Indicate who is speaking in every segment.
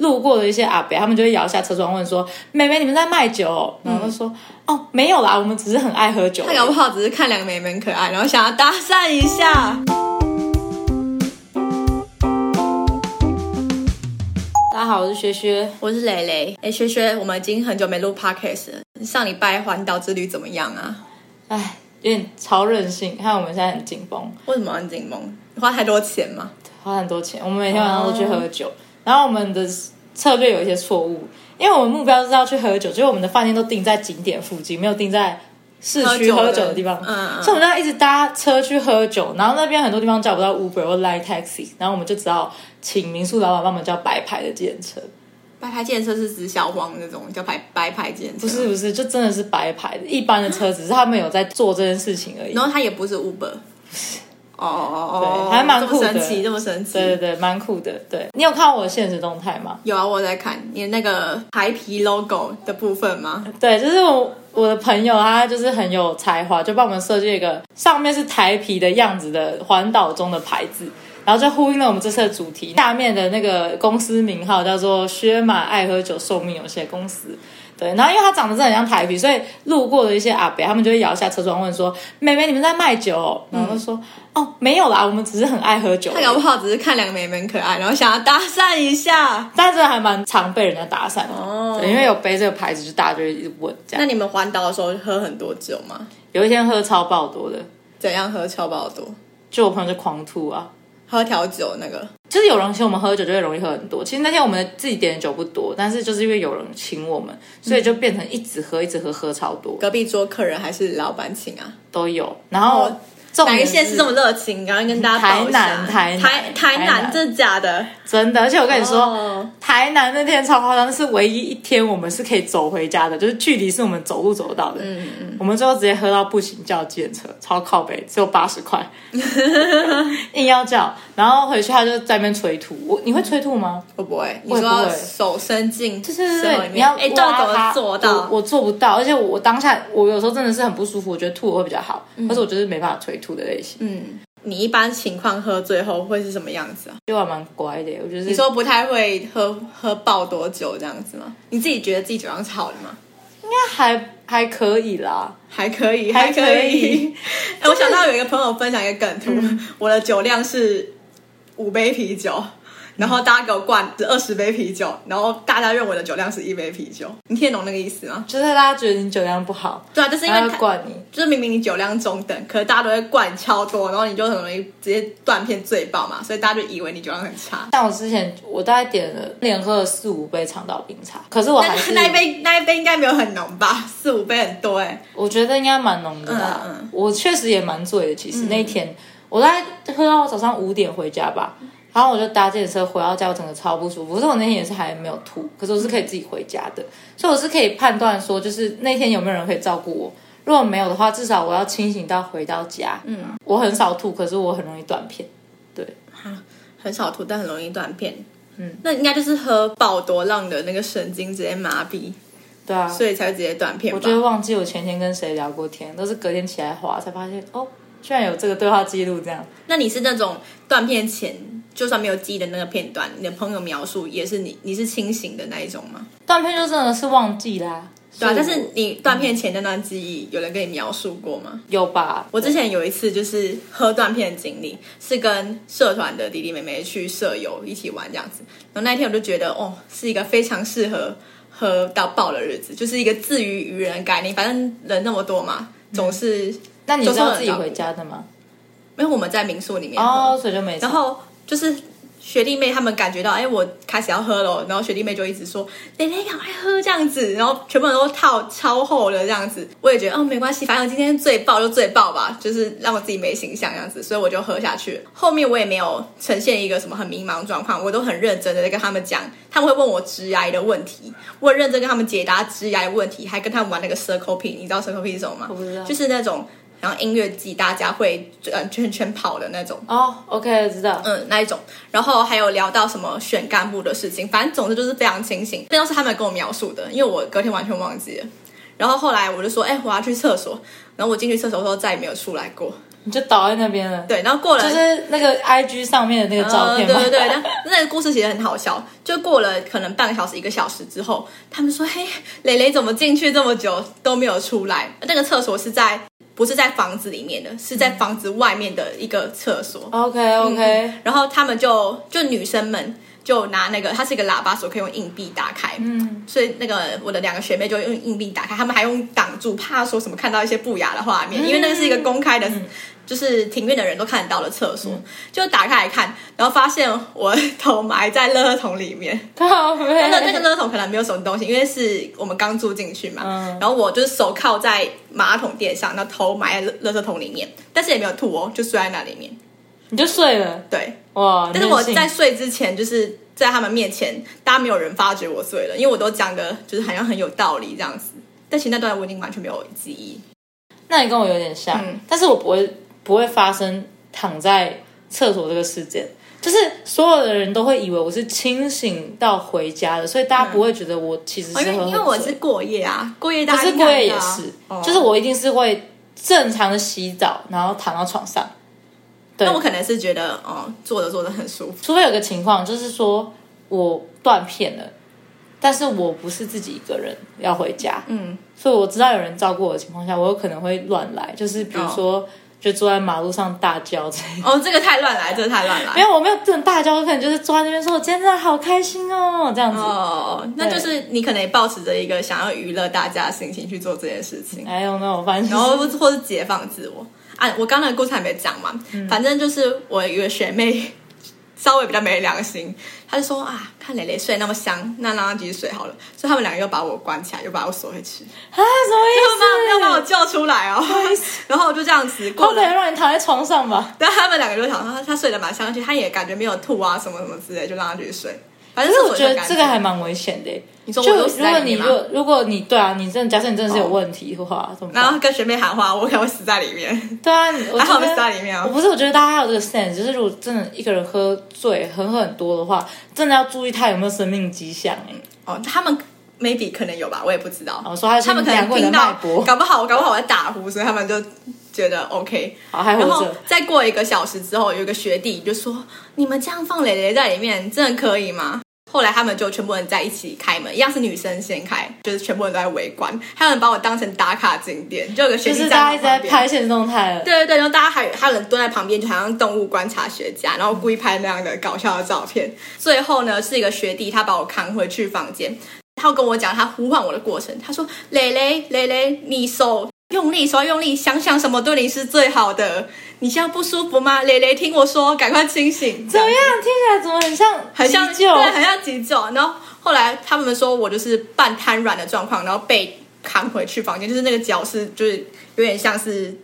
Speaker 1: 路过的一些阿伯，他们就会摇下车窗问说：“妹妹，你们在卖酒哦？”然后就说：“哦，没有啦，我们只是很爱喝酒。”
Speaker 2: 他搞不好只是看两个美眉可爱，然后想要搭讪一下。
Speaker 1: 大家好，我是学学。
Speaker 2: 我是蕾蕾，哎，学学，我们已经很久没录 podcast 了。你上礼拜环岛之旅怎么样啊？
Speaker 1: 哎，有点超任性，看我们现在很紧绷，
Speaker 2: 为什么很紧绷？花太多钱吗？
Speaker 1: 花很多钱。我们每天晚上都去喝酒，然后我们的策略有一些错误，因为我们目标是要去喝酒，结果我们的饭店都定在景点附近，没有定在市区
Speaker 2: 喝酒的
Speaker 1: 喝酒的地方，
Speaker 2: 嗯嗯
Speaker 1: 所以我们就要一直搭车去喝酒，然后那边很多地方叫不到 Uber 或 Line Taxi，然后我们就只好请民宿老板帮我们叫白牌的计程车，
Speaker 2: 白牌建设是指小黄那种叫白白牌建设，
Speaker 1: 不是不是，就真的是白牌的，一般的车，只是他们有在做这件事情而已。
Speaker 2: 然后它也不是 Uber，哦哦哦，
Speaker 1: 对还蛮酷的
Speaker 2: 这么神奇，这么神奇。
Speaker 1: 对对对，蛮酷的。对你有看我的现实动态吗？
Speaker 2: 有啊，我有在看你的那个牌皮 logo 的部分吗？
Speaker 1: 对，就是我我的朋友，他就是很有才华，就帮我们设计了一个上面是台皮的样子的环岛中的牌子，然后就呼应了我们这次的主题。下面的那个公司名号叫做薛马爱喝酒寿命有限公司。对，然后因为它长得真的很像台皮，所以路过的一些阿伯，他们就会摇下车窗问说：“妹妹，你们在卖酒哦？”然后就说：“哦，没有啦，我们只是很爱喝酒而
Speaker 2: 嗯他
Speaker 1: 已。”
Speaker 2: 搞不好只是看两个美眉可爱，然后想要搭讪一下。
Speaker 1: 但是还蛮常被人家搭讪的，
Speaker 2: 哦
Speaker 1: 对因为有背这个牌子，就大家就会一直问这
Speaker 2: 那
Speaker 1: 样。
Speaker 2: 你们环岛的时候喝很多酒吗？
Speaker 1: 有一天喝超爆多的，
Speaker 2: 怎样喝超爆多？
Speaker 1: 就我朋友就狂吐啊，
Speaker 2: 喝调酒那个，
Speaker 1: 就是有人请我们喝酒，就会容易喝很多。其实那天我们自己点的酒不多，但是就是因为有人请我们，所以就变成一直喝，一直喝，喝超多
Speaker 2: 隔壁桌客人还是老板请啊？
Speaker 1: 都有。然后
Speaker 2: 哦
Speaker 1: 重
Speaker 2: 哪
Speaker 1: 点
Speaker 2: 一县是这么热情？赶快跟大家报一
Speaker 1: 台
Speaker 2: 下
Speaker 1: 南台南
Speaker 2: 台台
Speaker 1: 台
Speaker 2: 南，
Speaker 1: 南
Speaker 2: 真的假的？
Speaker 1: 真的，而且我跟你说，
Speaker 2: 哦
Speaker 1: 台南那天超夸张，那是唯一一天我们是可以走回家的，就是距离是我们走路走得到的。嗯嗯，我们最后直接喝到不行，叫计程车，超靠北，只有八十 块，硬要叫，然后回去他就在那边催吐。我你会催吐吗？
Speaker 2: 会不会？你
Speaker 1: 会
Speaker 2: 说
Speaker 1: 不
Speaker 2: 要
Speaker 1: 会
Speaker 2: 手伸进就
Speaker 1: 对对对，你要
Speaker 2: 哎，到
Speaker 1: 挖
Speaker 2: 底怎么
Speaker 1: 它
Speaker 2: 做到？
Speaker 1: 我？我做不到，而且我我当下我有时候真的是很不舒服，我觉得吐我会比较好，
Speaker 2: 嗯
Speaker 1: 但是我就是没办法催吐的类型，嗯，
Speaker 2: 你一般情况喝醉后会是什么样子啊？
Speaker 1: 就还蛮乖的，我就是
Speaker 2: 你说不太会喝喝爆多酒这样子吗？你自己觉得自己酒量是好的吗？
Speaker 1: 还还可以啦，
Speaker 2: 还可以，
Speaker 1: 还
Speaker 2: 还
Speaker 1: 可以
Speaker 2: 可以。哎我想到有一个朋友分享一个梗图，我的酒量是五杯啤酒，然后大家给我灌二十杯啤酒，然后大家认为我的酒量是一杯啤酒。你听得懂那个意思吗？
Speaker 1: 就是大家觉得你酒量不好，
Speaker 2: 对啊，就是因
Speaker 1: 他
Speaker 2: 为
Speaker 1: 要
Speaker 2: 他
Speaker 1: 灌你。
Speaker 2: 就是明明你酒量中等，可是大家都会灌超多，然后你就很容易直接断片醉爆嘛，所以大家就以为你酒量很差。
Speaker 1: 像我之前，我大概点了连喝了四五杯长岛冰茶，可是我还是
Speaker 2: 那那一杯那一杯应该没有很浓吧？四五杯很多哎、
Speaker 1: 我觉得应该蛮浓的啦。
Speaker 2: 嗯嗯
Speaker 1: 我确实也蛮醉的，其实、那一天我大概喝到早上五点回家吧，然后我就搭电车回到家，我整个超不舒服。可是我那天也是还没有吐，可是我是可以自己回家的，所以我是可以判断说，就是那天有没有人可以照顾我。如果没有的话，至少我要清醒到回到家。嗯，我很少吐，可是我很容易断片。
Speaker 2: 很少吐，但很容易断片。嗯，那应该就是喝爆多让你的那个神经直接麻痹，
Speaker 1: 对啊，
Speaker 2: 所以才会直接断片吧。
Speaker 1: 我就会忘记我前天跟谁聊过天，都是隔天起来滑才发现哦，居然有这个对话记录这样。
Speaker 2: 那你是那种断片前就算没有记忆的那个片段，你的朋友描述也是你你是清醒的那一种吗？
Speaker 1: 断片就真的是忘记啦，
Speaker 2: 对啊，
Speaker 1: 我
Speaker 2: 但是你断片前那段记忆，有人跟你描述过吗？
Speaker 1: 有吧？
Speaker 2: 我之前有一次就是喝断片的经历，是跟社团的弟弟妹妹去舍友一起玩这样子。然后那一天我就觉得，哦，是一个非常适合喝到爆的日子，就是一个自娱娱人的概念。反正人那么多嘛，总是、
Speaker 1: 那你知道自己
Speaker 2: 就是很
Speaker 1: 回家的吗？
Speaker 2: 因为我们在民宿里面喝，
Speaker 1: 哦，所以就没事
Speaker 2: 然。后就是学弟妹他们感觉到，哎，我开始要喝了，然后学弟妹就一直说，蕾蕾赶快喝这样子，然后全部人都套超厚的这样子，我也觉得哦没关系，反正我今天醉爆就醉爆吧，就是让我自己没形象这样子，所以我就喝下去了。后面我也没有呈现一个什么很迷茫的状况，我都很认真的在跟他们讲，他们会问我直癌的问题，我很认真跟他们解答直癌的问题，还跟他们玩那个 circle pin，你知道 circle pin 是什么吗？
Speaker 1: 我不知道
Speaker 2: 就是那种。然后音乐季大家会转圈圈跑的那种，
Speaker 1: 哦，OK，知道。
Speaker 2: 嗯，那一种，然后还有聊到什么选干部的事情，反正总之就是非常清醒，那都是他们跟我描述的，因为我隔天完全忘记了。然后后来我就说，哎、我要去厕所，然后我进去厕所之后再也没有出来过，
Speaker 1: 你就倒在那边了。
Speaker 2: 对，然后过了
Speaker 1: 就是那个 I G 上面的那个照片
Speaker 2: 嗯
Speaker 1: 嘛、
Speaker 2: 对对 对，但那个故事其实很好笑。就过了可能半个小时、一个小时之后，他们说：“嘿，蕾蕾怎么进去这么久都没有出来？”那个厕所是在不是在房子里面的，是
Speaker 1: 嗯
Speaker 2: 在房子外面的一个厕所。
Speaker 1: OK OK，、
Speaker 2: 然后他们就就女生们就拿那个，它是一个喇叭锁，可以用硬币打开。嗯，所以那个我的两个学妹就用硬币打开，她们还用挡住，怕说什么看到一些不雅的画面，因为那个是一个公开的，就是庭院的人都看得到的厕所。就打开来看，然后发现我的头埋在垃圾桶 里面。
Speaker 1: 靠背
Speaker 2: 那那个垃圾桶可能没有什么东西，因为是我们刚住进去嘛。
Speaker 1: 嗯
Speaker 2: 然后我就是手铐在马桶垫上，然后头埋在垃垃圾桶里面，但是也没有吐哦，就睡在那里面。
Speaker 1: 你就睡了
Speaker 2: 对，
Speaker 1: 哇！
Speaker 2: 但是我在
Speaker 1: 任性
Speaker 2: 睡之前，就是在他们面前，大家没有人发觉我醉了，因为我都讲的就是好像很有道理这样子。但其实那段我已经完全没有记忆。
Speaker 1: 那你跟我有点像，
Speaker 2: 嗯
Speaker 1: 但是我不会不会发生躺在厕所这个事件，就是所有的人都会以为我是清醒到回家的，所以大家不会觉得我其实是
Speaker 2: 嗯哦因
Speaker 1: 喝
Speaker 2: 为
Speaker 1: 很
Speaker 2: 因为我
Speaker 1: 醉
Speaker 2: 是过夜啊，过夜大
Speaker 1: 可
Speaker 2: 家
Speaker 1: 是
Speaker 2: 应该
Speaker 1: 过夜也
Speaker 2: 看到啊
Speaker 1: 是，
Speaker 2: 哦
Speaker 1: 就是我一定是会正常的洗澡，然后躺到床上。对
Speaker 2: 那我可能是觉得哦，坐着坐着很舒服。
Speaker 1: 除非有个情况，就是说我断片了，但是我不是自己一个人要回家，
Speaker 2: 嗯，
Speaker 1: 所以我知道有人照顾我的情况下，我有可能会乱来，就是比如说、
Speaker 2: 哦
Speaker 1: 就坐在马路上大叫之类的。
Speaker 2: 哦，这个太乱来，这个太乱
Speaker 1: 没
Speaker 2: 来。
Speaker 1: 有，我没有这种大叫，我可能就是坐在那边说，我今天真的好开心哦，这样子。
Speaker 2: 哦，那就是你可能也抱持着一个想要娱乐大家的心情去做这件事情。
Speaker 1: 哎呦，那我反正
Speaker 2: 然
Speaker 1: 就是
Speaker 2: 后或是解放自我啊。我刚才的故事还没讲嘛，
Speaker 1: 嗯
Speaker 2: 反正就是我有个学妹稍微比较没良心，她就说啊，看蕾蕾睡那么香，那让她继续睡好了。所以他们两个又把我关起来，又把我锁回去，
Speaker 1: 啊，什
Speaker 2: 要把
Speaker 1: 么
Speaker 2: 我
Speaker 1: 意思？
Speaker 2: 叫出来哦。然后我就这样子过
Speaker 1: 不可
Speaker 2: 了。
Speaker 1: 能让你躺在床上吧？
Speaker 2: 但他们两个就想说，她她睡得蛮香，而且她也感觉没有吐啊，什么什么之类，就让她继续睡。反
Speaker 1: 可
Speaker 2: 正
Speaker 1: 是
Speaker 2: 厕
Speaker 1: 我
Speaker 2: 所
Speaker 1: 觉得
Speaker 2: 就很干
Speaker 1: 这
Speaker 2: 净
Speaker 1: 个还蛮危险的耶。欸
Speaker 2: 你
Speaker 1: 就
Speaker 2: 说我都死
Speaker 1: 如果
Speaker 2: 在
Speaker 1: 你
Speaker 2: 里面
Speaker 1: 如
Speaker 2: 吗？哦
Speaker 1: 果如果你对啊，你真的假设你真的是有问题的话，怎么
Speaker 2: 然
Speaker 1: 办？
Speaker 2: 后跟学妹喊话，我可能会死在里面。
Speaker 1: 对啊，你我
Speaker 2: 还好
Speaker 1: 觉
Speaker 2: 没
Speaker 1: 得
Speaker 2: 死在里面啊
Speaker 1: 我不是，我觉得大家要有这个 sense，就是如果真的一个人喝醉，很很多的话，真的要注意他有没有生命迹象。哎，
Speaker 2: 哦，他们 maybe 可能有吧，我也不知道。
Speaker 1: 我说他是
Speaker 2: 他们可
Speaker 1: 量
Speaker 2: 能
Speaker 1: 过你的
Speaker 2: 听
Speaker 1: 脉
Speaker 2: 到，
Speaker 1: 搏，
Speaker 2: 搞不好，搞不好我在打呼，所以他们就觉得 OK。
Speaker 1: 好还活
Speaker 2: 然后
Speaker 1: 着。
Speaker 2: 再过一个小时之后，有一个学弟就说：“你们这样放蕾蕾在里面，真的可以吗？”后来他们就全部人在一起开门，一样是女生先开，就是全部人都在围观，还有人把我当成打卡景点，就有个学
Speaker 1: 就
Speaker 2: 弟
Speaker 1: 是
Speaker 2: 站
Speaker 1: 大家
Speaker 2: 我
Speaker 1: 一直在
Speaker 2: 旁边
Speaker 1: 拍现实动态了。
Speaker 2: 对啊对对，然后大家还还有人蹲在旁边，就好像动物观察学家，然后故意拍那样的搞笑的照片。最后呢，是一个学弟他把我扛回去房间，他跟我讲他呼唤我的过程，他说：“蕾蕾，蕾蕾，你手用力，手要用力，想想什么对你是最好的。你现在不舒服吗？蕾蕾，听我说，赶快清醒。”
Speaker 1: 怎么样？听起来怎么很像
Speaker 2: 很像
Speaker 1: 急救？
Speaker 2: 对，很像急救。然后后来他们说我就是半瘫软的状况，然后被扛回去房间，就是那个脚是就是有点像是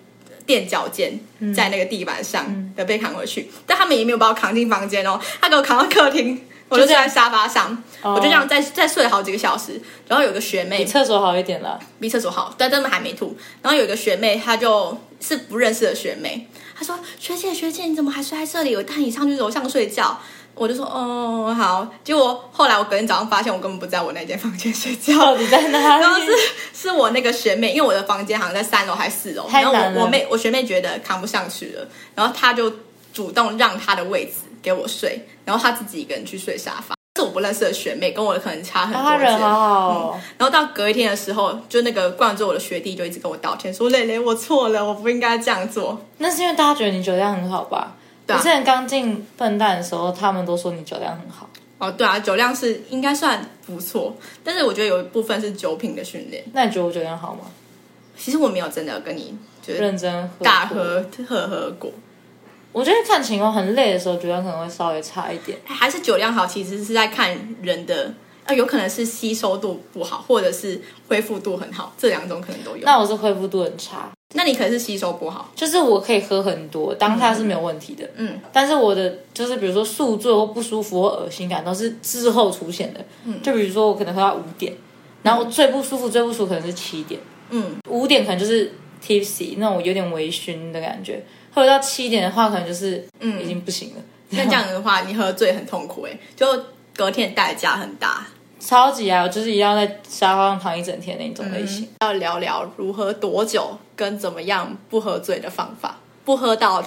Speaker 2: 垫脚尖
Speaker 1: 嗯
Speaker 2: 在那个地板上的被扛回去，但他们也没有把我扛进房间哦，他给我扛到客厅。我就
Speaker 1: 就这
Speaker 2: 坐
Speaker 1: 样
Speaker 2: 在沙发上，
Speaker 1: 哦
Speaker 2: 我就这样再再睡了好几个小时。然后有个学妹
Speaker 1: 比，厕所好一点了。
Speaker 2: 比厕所好，但他们还没吐。然后有一个学妹，她就是不认识的学妹，她说：“学姐，学姐，你怎么还睡在这里？我带你上去楼上睡觉。”我就说：“哦，好。”结果后来我隔天早上发现，我根本不在我那间房间睡 觉。
Speaker 1: 到底在哪
Speaker 2: 然后
Speaker 1: 里
Speaker 2: 是？是我那个学妹，因为我的房间好像在三楼还是四楼，
Speaker 1: 太
Speaker 2: 然
Speaker 1: 难
Speaker 2: 后
Speaker 1: 了
Speaker 2: 我我妹我学妹觉得扛不上去了，然后她就主动让她的位置给我睡，然后她自己一个人去睡沙发。是我不认识的学妹，跟我可能差很多。
Speaker 1: 啊他人好好哦，
Speaker 2: 然后到隔一天的时候，就那个灌醉我的学弟就一直跟我道歉，说：“蕾蕾，我错了，我不应该这样做。
Speaker 1: 那是因为大家觉得你酒量很好吧？我
Speaker 2: 对啊
Speaker 1: 之前刚进笨蛋的时候，他们都说你酒量很好。”
Speaker 2: 哦，对啊，酒量是应该算不错，但是我觉得有一部分是酒品的训练。
Speaker 1: 那你觉得我酒量好吗？
Speaker 2: 其实我没有真的跟你就是
Speaker 1: 认真喝
Speaker 2: 大
Speaker 1: 过
Speaker 2: 喝喝喝过，
Speaker 1: 我觉得看情况，很累的时候，酒量可能会稍微差一点。
Speaker 2: 还是酒量好，其实是在看人的。啊，有可能是吸收度不好，或者是恢复度很好，这两种可能都有。那
Speaker 1: 那我是恢复度很差，
Speaker 2: 那你可能是吸收不好，
Speaker 1: 就是我可以喝很多，当下是没有问题的。
Speaker 2: 嗯，
Speaker 1: 但是我的就是比如说宿醉或不舒服或恶心感都是之后出现的。嗯，就比如说我可能喝到五点，然后我最不舒服、最不舒服可能是七点，
Speaker 2: 嗯，
Speaker 1: 五点可能就是 tipsy 那种有点微醺的感觉，或者到七点的话，可能就是嗯已经不行了，
Speaker 2: 那这样的话，你喝醉很痛苦哎、就隔天代价很大。
Speaker 1: 超级啊，我就是一定要在沙发上躺一整天那一种类型。
Speaker 2: 要聊聊如何躲酒跟怎么样不喝醉的方法。不喝到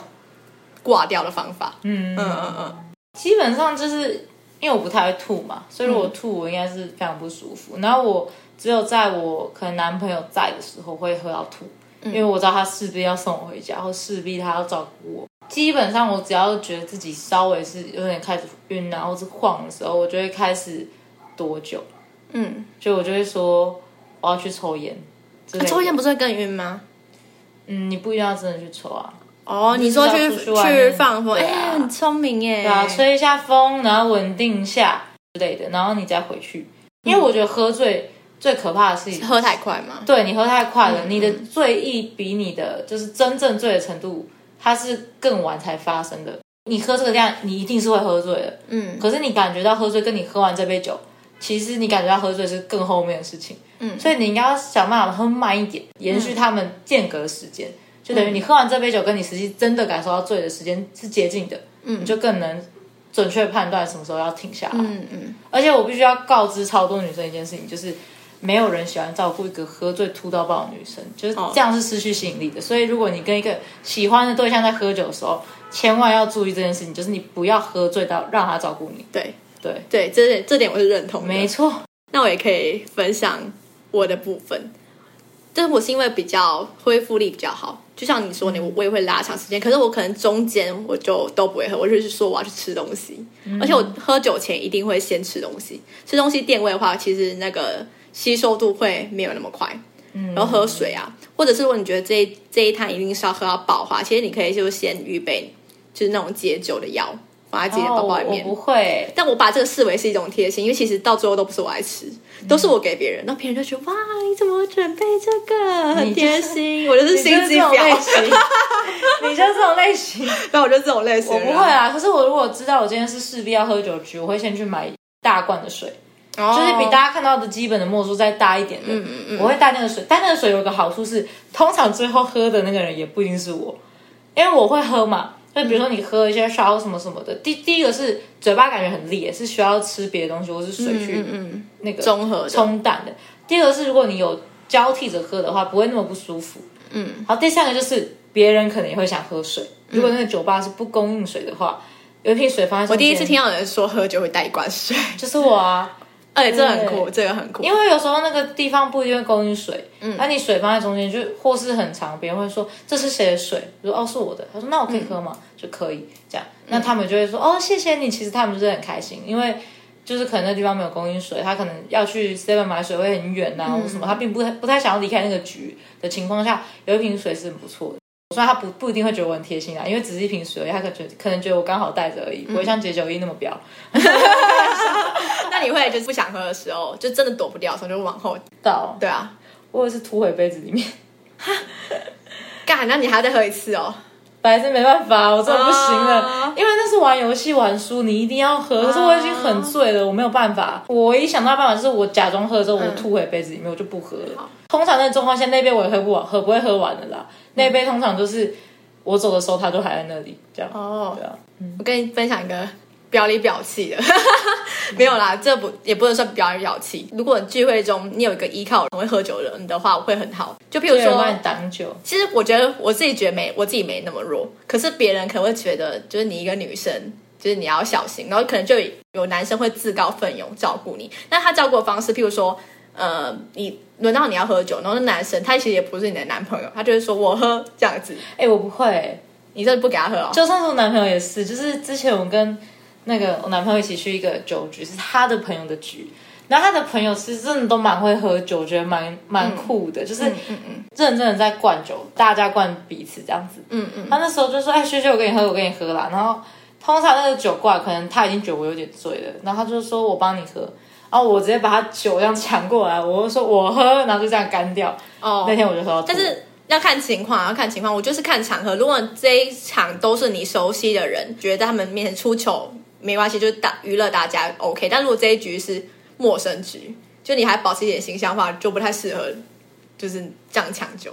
Speaker 2: 挂掉的方法。
Speaker 1: 嗯
Speaker 2: 嗯嗯嗯，
Speaker 1: 基本上就是因为我不太会吐嘛，所以
Speaker 2: 嗯
Speaker 1: 如果吐我应该是非常不舒服。然后我只有在我可能男朋友在的时候会喝到吐，因
Speaker 2: 嗯
Speaker 1: 为我知道他势必要送我回家，或势必他要照顾我。基本上我只要觉得自己稍微是有点开始晕啊，或是晃的时候，我就会开始多久，
Speaker 2: 嗯
Speaker 1: 就我就会说我要去抽烟之类
Speaker 2: 那
Speaker 1: 的。
Speaker 2: 啊抽烟不是会更晕吗？
Speaker 1: 嗯，你不一定要真的去抽啊，
Speaker 2: 哦，你
Speaker 1: 是
Speaker 2: 说
Speaker 1: 要
Speaker 2: 去
Speaker 1: 出去外面
Speaker 2: 去放风，
Speaker 1: 对
Speaker 2: 哎、
Speaker 1: 啊
Speaker 2: 很聪明耶！
Speaker 1: 对啊，吹一下风，然后稳定一下之类的，然后你再回去。因为我觉得喝醉最可怕的是，
Speaker 2: 喝太快嘛。
Speaker 1: 对你喝太快了，你的醉意比你的就是真正醉的程度，它是更晚才发生的。你喝这个量，你一定是会喝醉的。
Speaker 2: 嗯
Speaker 1: 可是你感觉到喝醉，跟你喝完这杯酒，其实你感觉到喝醉是更后面的事情。
Speaker 2: 嗯
Speaker 1: 所以你应该要想办法喝慢一点，延续他们间隔的时间，
Speaker 2: 嗯
Speaker 1: 就等于你喝完这杯酒，跟你实际真的感受到醉的时间是接近的，嗯，你就更能准确判断什么时候要停下来。
Speaker 2: 嗯嗯，
Speaker 1: 而且我必须要告知超多女生一件事情，就是没有人喜欢照顾一个喝醉吐到爆的女生，就是
Speaker 2: 哦
Speaker 1: 这样是失去吸引力的。所以如果你跟一个喜欢的对象在喝酒的时候，千万要注意这件事情，就是你不要喝醉到让他照顾你。
Speaker 2: 对
Speaker 1: 对，
Speaker 2: 对，这这点我是认同的。
Speaker 1: 没错，
Speaker 2: 那我也可以分享我的部分，但是我是因为比较恢复力比较好，就像你说的，我我也会拉长时间，可是我可能中间我就都不会喝，我就是说我要去吃东西，
Speaker 1: 嗯
Speaker 2: 而且我喝酒前一定会先吃东西，吃东西垫胃的话，其实那个吸收度会没有那么快。
Speaker 1: 嗯
Speaker 2: 然后喝水啊，或者是如果你觉得这一这一摊一定是要喝到爆的话，其实你可以就先预备就是那种解酒的药，放在自己的包包里
Speaker 1: 哦我
Speaker 2: 面。
Speaker 1: 不会，
Speaker 2: 但我把这个视为是一种贴心，因为其实到最后都不是我来吃，都是我给别人，那别人就觉得哇，你怎么准备这个很贴心？我就是
Speaker 1: 你
Speaker 2: 心
Speaker 1: 就是
Speaker 2: 机
Speaker 1: 这种
Speaker 2: 婊，
Speaker 1: 类型， 你就是这种类型。
Speaker 2: 然后我就这种类型
Speaker 1: 我
Speaker 2: 的
Speaker 1: 不
Speaker 2: 人。
Speaker 1: 会啊，可是我如果知道我今天是势必要喝酒局，我会先去买大罐的水。
Speaker 2: 哦，
Speaker 1: 就是比大家看到的基本的墨数再大一点的，嗯嗯我会带那个水。带那个水有一个好处是，通常最后喝的那个人也不一定是我，因为我会喝嘛。就比如说你喝一些烧什么什么的，第第一个是嘴巴感觉很裂，是需要吃别的东西或是水去
Speaker 2: 嗯
Speaker 1: 那个
Speaker 2: 综合的
Speaker 1: 冲淡的。第二个是如果你有交替着喝的话，不会那么不舒服。
Speaker 2: 嗯，
Speaker 1: 好，第三个就是别人可能也会想喝水，如果那个酒吧是不供应水的话，有一瓶水放在
Speaker 2: 我
Speaker 1: 我
Speaker 2: 第一次听到有人说喝酒会带一罐水，
Speaker 1: 就是我啊。
Speaker 2: 而且这个很酷，这个很酷。
Speaker 1: 因为有时候那个地方不一定会供应水，嗯，那你水放在中间就或是很长，别人会说这是谁的水？我说哦是我的，他说那我可以喝吗？就可以这样，那他们就会说哦谢谢你，其实他们就是很开心，因为就是可能那地方没有供应水，他可能要去 Seven 买水会很远呐、啊或什么，他并不太不太想要离开那个局的情况下，有一瓶水是很不错的。虽然他不不一定会觉得我很贴心啊，因为只是一瓶水而已，他可觉可能觉得我刚好带着而已，不会像解酒衣那么彪。
Speaker 2: 那你会就是不想喝的时候，就真的躲不掉的时候，就往后。
Speaker 1: 到
Speaker 2: 对啊，
Speaker 1: 我也是吐回杯子里面。
Speaker 2: 干，那你还要再喝一次哦。
Speaker 1: 白真没办法，我真的不行了，
Speaker 2: 啊
Speaker 1: 因为那是玩游戏玩输，你一定要喝。可是我已经很醉了，我没有办
Speaker 2: 啊
Speaker 1: 法。我一想到办法就是我假装喝之后，我吐回杯子里面，我就不喝了。通常那状况下，那杯我也喝不完，喝不会喝完的啦。
Speaker 2: 嗯
Speaker 1: 那杯通常就是我走的时候，它就还在那里，这样。
Speaker 2: 哦
Speaker 1: 对啊，
Speaker 2: 我跟你分享一个表里表气的， 没有啦，这不也不能算表里表气。如果聚会中你有一个依靠很会喝酒的人的话，我会很好。就譬
Speaker 1: 有
Speaker 2: 如
Speaker 1: 人帮你
Speaker 2: 说，
Speaker 1: 挡酒，
Speaker 2: 其实我觉得我自己觉得没，我自己没那么弱，可是别人可能会觉得，就是你一个女生，就是你要小心，然后可能就有男生会自告奋勇照顾你。那他照顾的方式，譬如说。呃，你轮到你要喝酒，然后那男生他其实也不是你的男朋友，他就会说我喝这样子，
Speaker 1: 哎、我不会、
Speaker 2: 你这不给他喝哦。
Speaker 1: 就算是我男朋友也是，就是之前我跟那个我男朋友一起去一个酒局，是他的朋友的局，然后他的朋友是真的都蛮会喝酒，我觉得蛮蛮酷
Speaker 2: 嗯
Speaker 1: 的，就是认真的在灌酒，大家灌彼此这样子。
Speaker 2: 嗯嗯，
Speaker 1: 他那时候就说：“哎，学学，我跟你喝，我跟你喝啦。”然后通常那个酒过来，可能他已经觉得我有点醉了，然后他就说我帮你喝。然后我直接把他酒这样抢过来，我就说我喝，然后就这样干掉。
Speaker 2: 哦
Speaker 1: 那天我就喝到吐，
Speaker 2: 但是要看情况啊，要看情况。我就是看场合，如果这一场都是你熟悉的人，觉得在他们面前出糗没关系，就是打娱乐大家 OK。但如果这一局是陌生局，就你还保持一点形象的话，就不太适合，就是这样抢酒。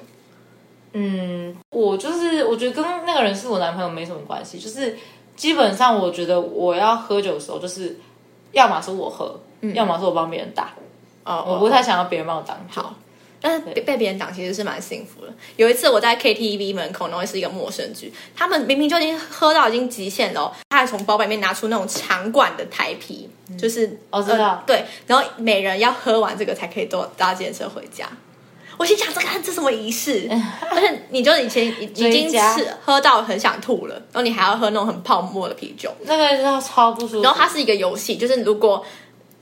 Speaker 1: 嗯，我就是我觉得跟那个人是我男朋友没什么关系，就是基本上我觉得我要喝酒的时候，就是要么是我喝，要么是我帮别人打，
Speaker 2: 嗯哦，
Speaker 1: 我不太想要别人帮我挡酒。
Speaker 2: 好。但是被被别人挡其实是蛮幸福的。有一次我在 KTV 门口，然后是一个陌生局，他们明明就已经喝到已经极限了哦、他还从包包里面拿出那种长管的台啤，就是
Speaker 1: 哦知道
Speaker 2: 呃对，然后每人要喝完这个才可以坐搭计程车回家。我心想这个这什么 仪式？而且你就以前已已经
Speaker 1: 追加
Speaker 2: 吃喝到很想吐了，然后你还要喝那种很泡沫的啤酒，
Speaker 1: 那个要超不舒服。
Speaker 2: 然后它是一个游戏，就是如果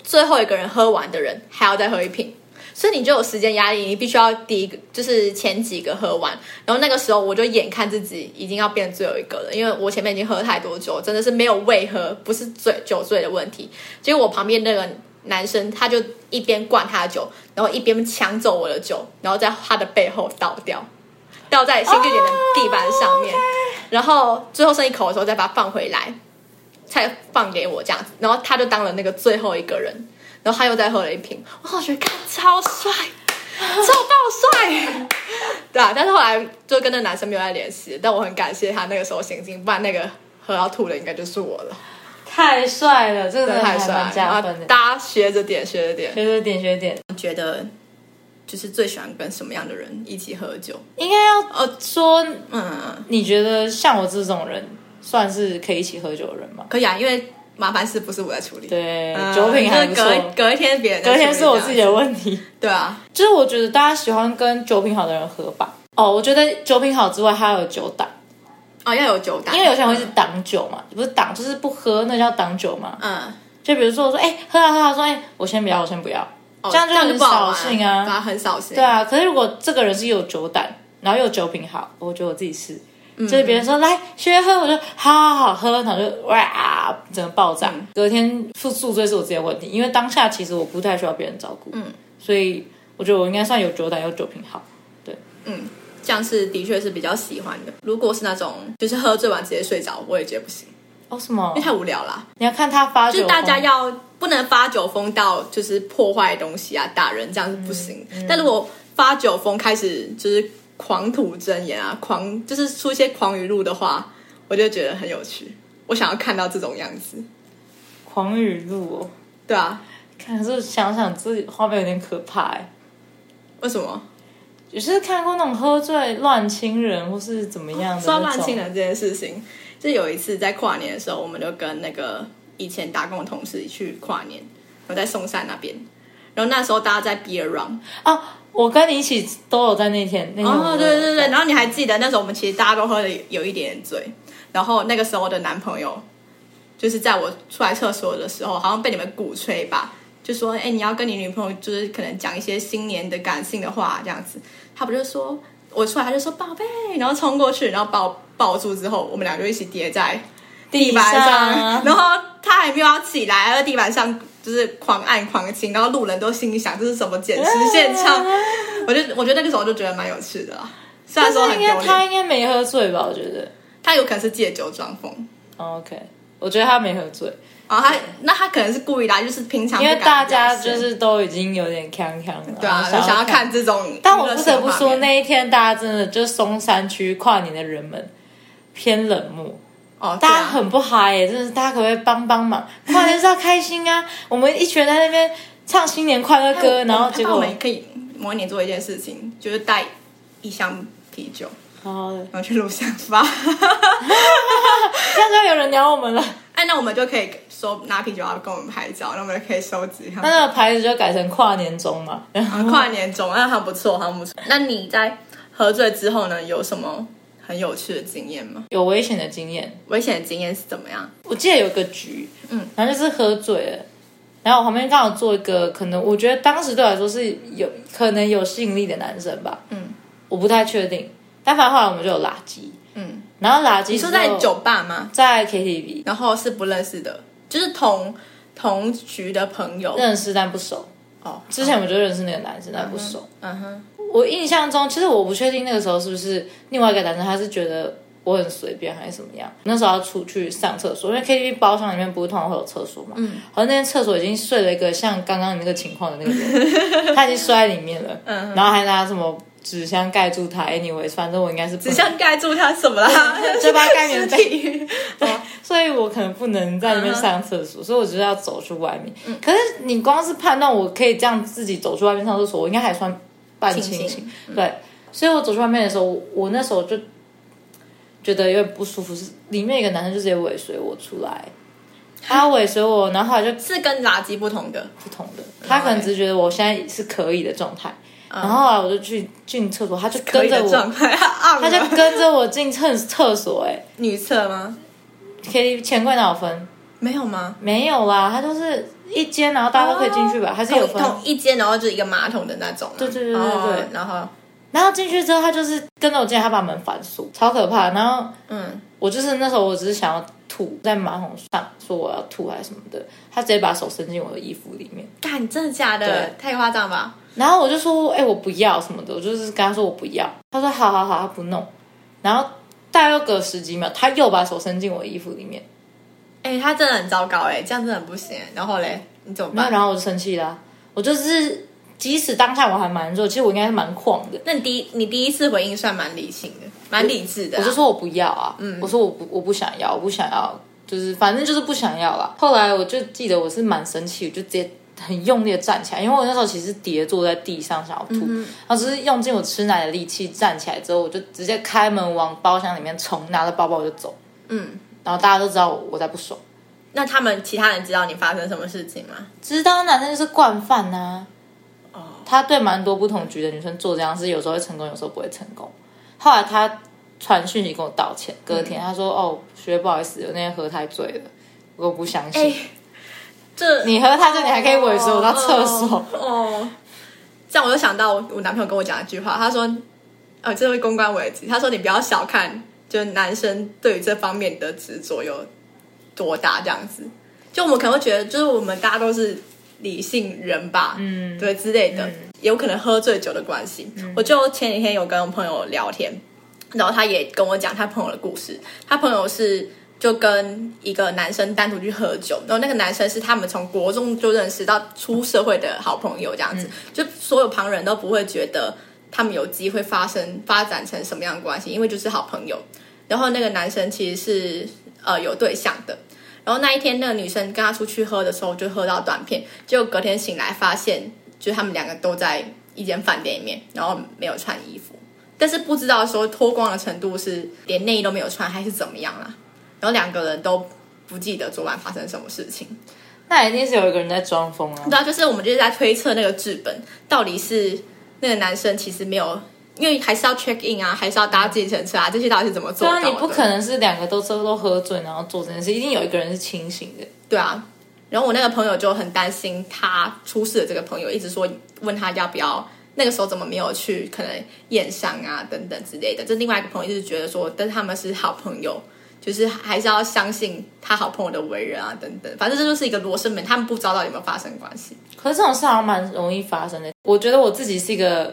Speaker 2: 最后一个人喝完的人还要再喝一瓶，所以你就有时间压力，你必须要第一个就是前几个喝完。然后那个时候我就眼看自己已经要变最后一个了，因为我前面已经喝太多酒，真的是没有胃喝，不是醉酒醉的问题。结果我旁边那个男生他就一边灌他的酒，然后一边抢走我的酒，然后在他的背后倒掉。倒在新据点的地板上面然后最后剩一口的时候再把它放回来，才放给我这样子。然后他就当了那个最后一个人，然后他又再喝了一瓶，我觉得看超帅，超爆帅， 对啊。但是后来就跟那男生没有再联系，但我很感谢他那个时候行径，不然那个喝到吐的应该就是我了，
Speaker 1: 太帅了，这个真的
Speaker 2: 太
Speaker 1: 还
Speaker 2: 帅了
Speaker 1: 蛮。加
Speaker 2: 然后
Speaker 1: 分的。
Speaker 2: 大家学着点，学着点。
Speaker 1: 学着点，学着点，
Speaker 2: 你觉得就是最喜欢跟什么样的人一起喝酒？
Speaker 1: 应该要呃说，
Speaker 2: 嗯，
Speaker 1: 你觉得像我这种人，算是可以一起喝酒的人吗？
Speaker 2: 可以啊，因为麻烦事不是我在处理。
Speaker 1: 对，
Speaker 2: 嗯
Speaker 1: 酒品还
Speaker 2: 就
Speaker 1: 不
Speaker 2: 是
Speaker 1: 错，
Speaker 2: 隔隔一天别人在
Speaker 1: 隔天
Speaker 2: 处理
Speaker 1: 是我
Speaker 2: 这样
Speaker 1: 自己的问题。
Speaker 2: 对啊，
Speaker 1: 就是我觉得大家喜欢跟酒品好的人喝吧。哦，我觉得酒品好之外，还有酒胆，
Speaker 2: 哦，要有酒胆，
Speaker 1: 因为有些人会是挡酒嘛，不是挡就是不喝，那叫挡酒嘛。
Speaker 2: 嗯，
Speaker 1: 就比如说我说，哎、喝啊喝啊，说，哎、我先不要，我先不要，
Speaker 2: 哦
Speaker 1: 这样就
Speaker 2: 这样
Speaker 1: 很
Speaker 2: 就不好
Speaker 1: 扫
Speaker 2: 玩
Speaker 1: 兴
Speaker 2: 对
Speaker 1: 啊。
Speaker 2: 啊，很扫兴，
Speaker 1: 对啊，可是如果这个人是有酒胆，然后又有酒品好，我觉得我自己是，
Speaker 2: 嗯
Speaker 1: 就是别人说来学喝，我就好好好喝，然后就哇，整个爆
Speaker 2: 嗯
Speaker 1: 炸。隔天宿宿醉是我自己的问题，因为当下其实我不太需要别人照顾，嗯，所以我觉得我应该算有酒胆，有酒品好。
Speaker 2: 嗯，这样是的确是比较喜欢的。如果是那种就是喝醉完直接睡着，我也觉得不行，
Speaker 1: 哦，什么
Speaker 2: 因为？太无聊啦。
Speaker 1: 你要看他发酒
Speaker 2: 就
Speaker 1: 疯，
Speaker 2: 是大家要不能发酒疯到就是破坏东西啊，打人这样是不行。
Speaker 1: 嗯
Speaker 2: 但如果发酒疯开始就是狂吐真言啊，狂就是出一些狂语录的话，我就觉得很有趣。我想要看到这种样子，
Speaker 1: 狂语录哦。
Speaker 2: 对啊，
Speaker 1: 看，可是想想自己画面有点可怕哎。
Speaker 2: 为什么？
Speaker 1: 也是看过那种喝醉乱亲人或是怎么样的
Speaker 2: 哦说
Speaker 1: 那种。
Speaker 2: 到乱亲人这件事情，就有一次在跨年的时候，我们就跟那个以前打工的同事去跨年，我在松山那边，然后那时候大家在 beer run，
Speaker 1: 哦，我跟你一起都有在那天那天我
Speaker 2: 哦，
Speaker 1: 们都
Speaker 2: 对
Speaker 1: 有
Speaker 2: 对对对，
Speaker 1: 在
Speaker 2: 然后你还记得那时候我们其实大家都喝的有一点点醉，然后那个时候我的男朋友就是在我出来厕所的时候，好像被你们鼓吹吧，就说哎、你要跟你女朋友就是可能讲一些新年的感性的话这样子，他不就说我出来他就说宝贝，然后冲过去，然后把我抱住之后，我们俩就一起跌在地
Speaker 1: 地
Speaker 2: 板 啊
Speaker 1: 上，啊
Speaker 2: 然后他还没有要起来，在地板上就是狂按狂亲，然后路人都心里想这是什么捡尸现 场。我就我觉得那个时候就觉得蛮有趣的啦，虽然
Speaker 1: 但
Speaker 2: 说
Speaker 1: 是
Speaker 2: 很
Speaker 1: 应
Speaker 2: 丢
Speaker 1: 该他
Speaker 2: 脸，
Speaker 1: 应该没喝醉吧？我觉得
Speaker 2: 他有可能是借酒装疯，
Speaker 1: 哦，OK，我觉得他没喝醉，
Speaker 2: 然后他那他可能是故意的啊，就是平常
Speaker 1: 因为
Speaker 2: 不
Speaker 1: 大
Speaker 2: 敢
Speaker 1: 家
Speaker 2: 表现
Speaker 1: 就是都已经有点康康了，
Speaker 2: 对啊，
Speaker 1: 然
Speaker 2: 就
Speaker 1: 后
Speaker 2: 想
Speaker 1: 要
Speaker 2: 要。看这种，
Speaker 1: 但我不得不说，
Speaker 2: 那
Speaker 1: 那一天大家真的就是松山区跨年的人们偏冷漠。
Speaker 2: 哦，对
Speaker 1: 大家
Speaker 2: 啊
Speaker 1: 很不嗨耶、真的是大家可不可以帮帮忙？跨年就是要开心啊！我们一群人在那边唱新年快乐歌，然后结
Speaker 2: 我
Speaker 1: 果
Speaker 2: 们可以模拟做一件事情，就是带一箱啤酒，
Speaker 1: 好好的，
Speaker 2: 然后去录像发。
Speaker 1: 这样就有人鸟我 们了。
Speaker 2: 哎，那我们就可以收拿啤酒要跟我们拍照，那我们就可以收集他
Speaker 1: 那
Speaker 2: 们。
Speaker 1: 那个牌子就改成跨年中嘛。
Speaker 2: 啊跨年中，那还不错，还不错。那你在喝醉之后呢，有什么很有趣的经验吗？
Speaker 1: 有危险的经验，
Speaker 2: 危险的经验是怎么样？
Speaker 1: 我记得有个局，
Speaker 2: 嗯，
Speaker 1: 然后就是喝醉了，然后我旁边刚好坐一个，可能我觉得当时对我来说是有可能有吸引力的男生吧，
Speaker 2: 嗯，
Speaker 1: 我不太确定，但反正后来我们就有垃圾，
Speaker 2: 嗯，
Speaker 1: 然后垃圾
Speaker 2: 你
Speaker 1: 你
Speaker 2: 说在酒吧吗？
Speaker 1: 在 KTV
Speaker 2: 然后是不认识的，就是同同局的朋友
Speaker 1: 认识但不熟，
Speaker 2: 哦。
Speaker 1: 之前我就认识那个男生，但不熟。
Speaker 2: 嗯哼，
Speaker 1: 我印象中，其实我不确定那个时候是不是另外一个男生，他是觉得我很随便还是怎么样。那时候要出去上厕所，因为 KTV 包厢里面不是通常会有厕所嘛。嗯。好像那间厕所已经睡了一个像刚刚你那个情况的那个 人，他已经睡在里面了。嗯。然后还拿什么纸箱盖住他，anyways，反正我应该是不
Speaker 2: 只
Speaker 1: 能
Speaker 2: 想盖住他什么啊啦？
Speaker 1: 就把他盖棉被。
Speaker 2: 体。
Speaker 1: 所以我可能不能在里
Speaker 2: 嗯
Speaker 1: 面上厕所，所以我就是要走出外面。可是你光是判断我可以这样自己走出外面上厕所，我应该还算半
Speaker 2: 清
Speaker 1: 清
Speaker 2: 醒嗯
Speaker 1: 醒。对，所以我走去外面的时候，我我那时候就觉得有点不舒服，是里面一个男生就直接尾随我出 来，他尾随我，然后后来就是
Speaker 2: 跟垃圾不同的，
Speaker 1: 不同的，他可能只是觉得我现在是可以的状态，然后后来我就去进厕所，他就
Speaker 2: 嗯可
Speaker 1: 跟
Speaker 2: 以
Speaker 1: 着
Speaker 2: 的
Speaker 1: 我，
Speaker 2: 状态，啊
Speaker 1: 他就跟着我进厕厕所、欸，
Speaker 2: 女厕吗？
Speaker 1: 哎，K 钱柜哪有分？
Speaker 2: 没有吗？
Speaker 1: 没有啦，它就是一间，然后大家都可以进去吧，还是有
Speaker 2: 哦同
Speaker 1: 分。
Speaker 2: 同一间，然后就是一个马桶的那种吗。对
Speaker 1: 对对对对对
Speaker 2: 然后
Speaker 1: 然后进去之后，他就是跟着我进来，他把门反锁，超可怕。然后
Speaker 2: 嗯，
Speaker 1: 我就是那时候我只是想要吐，在马桶上说我要吐还是什么的，他直接把手伸进我的衣服里面，
Speaker 2: 干，真的假的？太夸张吧？
Speaker 1: 然后我就说，哎、我不要什么的，我就是跟他说我不要，他说好好好，他不弄。然后大概隔十几秒，他又把手伸进我衣服里面，
Speaker 2: 哎、他真的很糟糕哎、这样真的很不行、然后嘞，你怎么
Speaker 1: 没有，
Speaker 2: 办？
Speaker 1: 然后我就生气啦、我就是即使当下我还蛮热，其实我应该是蛮狂的。
Speaker 2: 那你第一你第一次回应算蛮理性的，蛮理智的、啊。嗯
Speaker 1: 我就说我不要啊，我说我不我不想要，我不想要，就是反正就是不想要啦。后来我就记得我是蛮生气，我就直接很用力的站起来，因为我那时候其实跌坐在地上想要吐，
Speaker 2: 嗯
Speaker 1: 然后只是用尽我吃奶的力气站起来之后，我就直接开门往包厢里面冲，拿着包包我就走，
Speaker 2: 嗯，
Speaker 1: 然后大家都知道我我在不爽，
Speaker 2: 那他们其他人知道你发生什么事情吗？
Speaker 1: 知道男生就是惯犯呐、他对蛮多不同局的女生做这样事，有时候会成功，有时候不会成功。后来他传讯息跟我道歉，隔天他说：“哦，学姐不好意思，我那天喝太醉了，我不相信。
Speaker 2: 这
Speaker 1: 你喝太醉，你还可以尾随我到厕所，
Speaker 2: 哦哦，这样我就想到我我男朋友跟我讲一句话，他说，呃，这位公关危机，他说你不要小看，就是男生对于这方面的执着有多大，这样子，就我们可能会觉得，就是我们大家都是理性人吧，嗯，对之类的，也有可能喝醉酒的关系。
Speaker 1: 嗯
Speaker 2: 我就前几天有跟我朋友聊天，然后他也跟我讲他朋友的故事，他朋友是。就跟一个男生单独去喝酒，然后那个男生是他们从国中就认识到出社会的好朋友，这样子，就所有旁人都不会觉得他们有机会发生发展成什么样的关系，因为就是好朋友。然后那个男生其实是呃有对象的，然后那一天那个女生跟他出去喝的时候就喝到断片，结果隔天醒来发现，就是他们两个都在一间饭店里面，然后没有穿衣服，但是不知道说脱光的程度是连内衣都没有穿还是怎么样啦。然后两个人都不记得昨晚发生什么事情，
Speaker 1: 那一定是有一个人在装疯啊。
Speaker 2: 对啊，就是我们就是在推测那个剧本到底是那个男生其实没有，因为还是要 check in 啊，还是要搭计程车啊，这些到底是怎么做
Speaker 1: 对
Speaker 2: 到
Speaker 1: 啊，
Speaker 2: 的？
Speaker 1: 你不可能是两个都都喝醉，然后做这件事，一定有一个人是清醒的。
Speaker 2: 对啊。然后我那个朋友就很担心他出事的这个朋友，一直说问他要不要，那个时候怎么没有去可能验伤啊等等之类的。这另外一个朋友一直觉得说，但是他们是好朋友，就是还是要相信他好朋友的为人啊等等。反正这就是一个罗生门，他们不知道到底有没有发生关系。
Speaker 1: 可是这种事好像蛮容易发生的。我觉得我自己是一个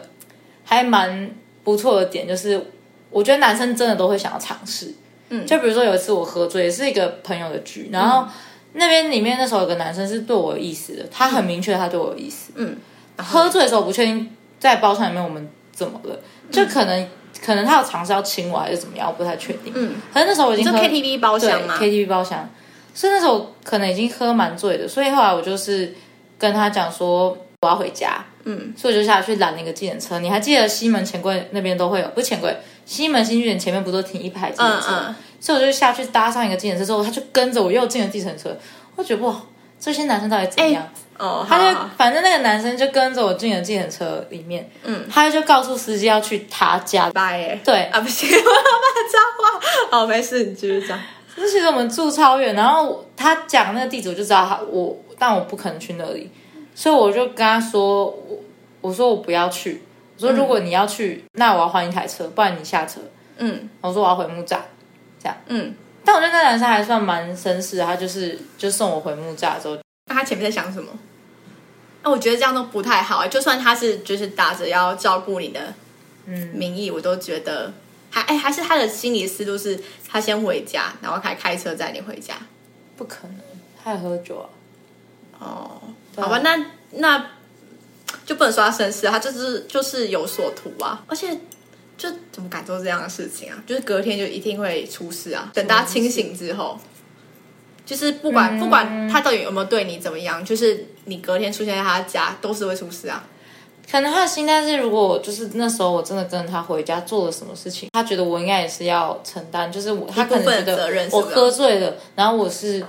Speaker 1: 还蛮不错的点，就是我觉得男生真的都会想要尝试。嗯，就比如说有一次我喝醉，也是一个朋友的局，然后那边里面那时候有个男生是对我有意思的，他很明确他对我有意思。
Speaker 2: 嗯，
Speaker 1: 喝醉的时候我不确定在包厢里面我们怎么了，就可能、可能他有尝试要亲我还是怎么样，我不太确定。嗯，可是那时候我已
Speaker 2: 你
Speaker 1: 经
Speaker 2: 说
Speaker 1: 喝
Speaker 2: KTV 包
Speaker 1: 对
Speaker 2: 厢吗？
Speaker 1: KTV 包厢，所以那时候可能已经喝蛮醉的，所以后来我就是跟他讲说我要回家，嗯，所以我就下去拦了一个计程车。你还记得西门钱柜那边都会有，不是钱柜，西门新剧园前面不都停一排计程
Speaker 2: 嗯
Speaker 1: 车？
Speaker 2: 嗯，
Speaker 1: 所以我就下去搭上一个计程车之后，他就跟着我又进了计程车，我觉得哇，这些男生到底怎样？
Speaker 2: 哦，
Speaker 1: 他就
Speaker 2: 好好
Speaker 1: 反正那个男生就跟着我进了计程车里面，嗯，他就告诉司机要去他家，
Speaker 2: 拜耶。
Speaker 1: 对，
Speaker 2: 啊，不行，我要骂脏话。哦，没事，你继续讲。
Speaker 1: 就其实我们住超远，然后他讲那个地址，我就知道他我，但我不可能去那里，所以我就跟他说，我我说我不要去，我说如果你要去，那我要换一台车，不然你下车。
Speaker 2: 嗯
Speaker 1: 我说我要回木栅，
Speaker 2: 嗯，
Speaker 1: 但我觉得那男生还算蛮绅士的，他就是就送我回木栅之后，
Speaker 2: 那他前面在想什么？啊，我觉得这样都不太好、欸。就算他是就是打着要照顾你的嗯名义，我都觉得还哎、还是他的心理思路是他先回家，然后还开车载你回家。
Speaker 1: 不可能，他也喝酒啊，
Speaker 2: 哦，
Speaker 1: 对啊
Speaker 2: 好吧，那那就不能说他绅士啊，他就是就是有所图啊，而且就怎么敢做这样的事情啊？就是隔天就一定会出事啊！等大家清醒之后，就是
Speaker 1: 嗯
Speaker 2: 不管、不管他到底有没有对你怎么样，就是你隔天出现在他家都是会出事啊。
Speaker 1: 可能他的心态是，如果就是那时候我真的跟着他回家做了什么事情，他觉得我应该也是要承担，就是我他可能觉
Speaker 2: 一部分责
Speaker 1: 得
Speaker 2: 任是
Speaker 1: 我
Speaker 2: 吧
Speaker 1: 喝醉了，然后我是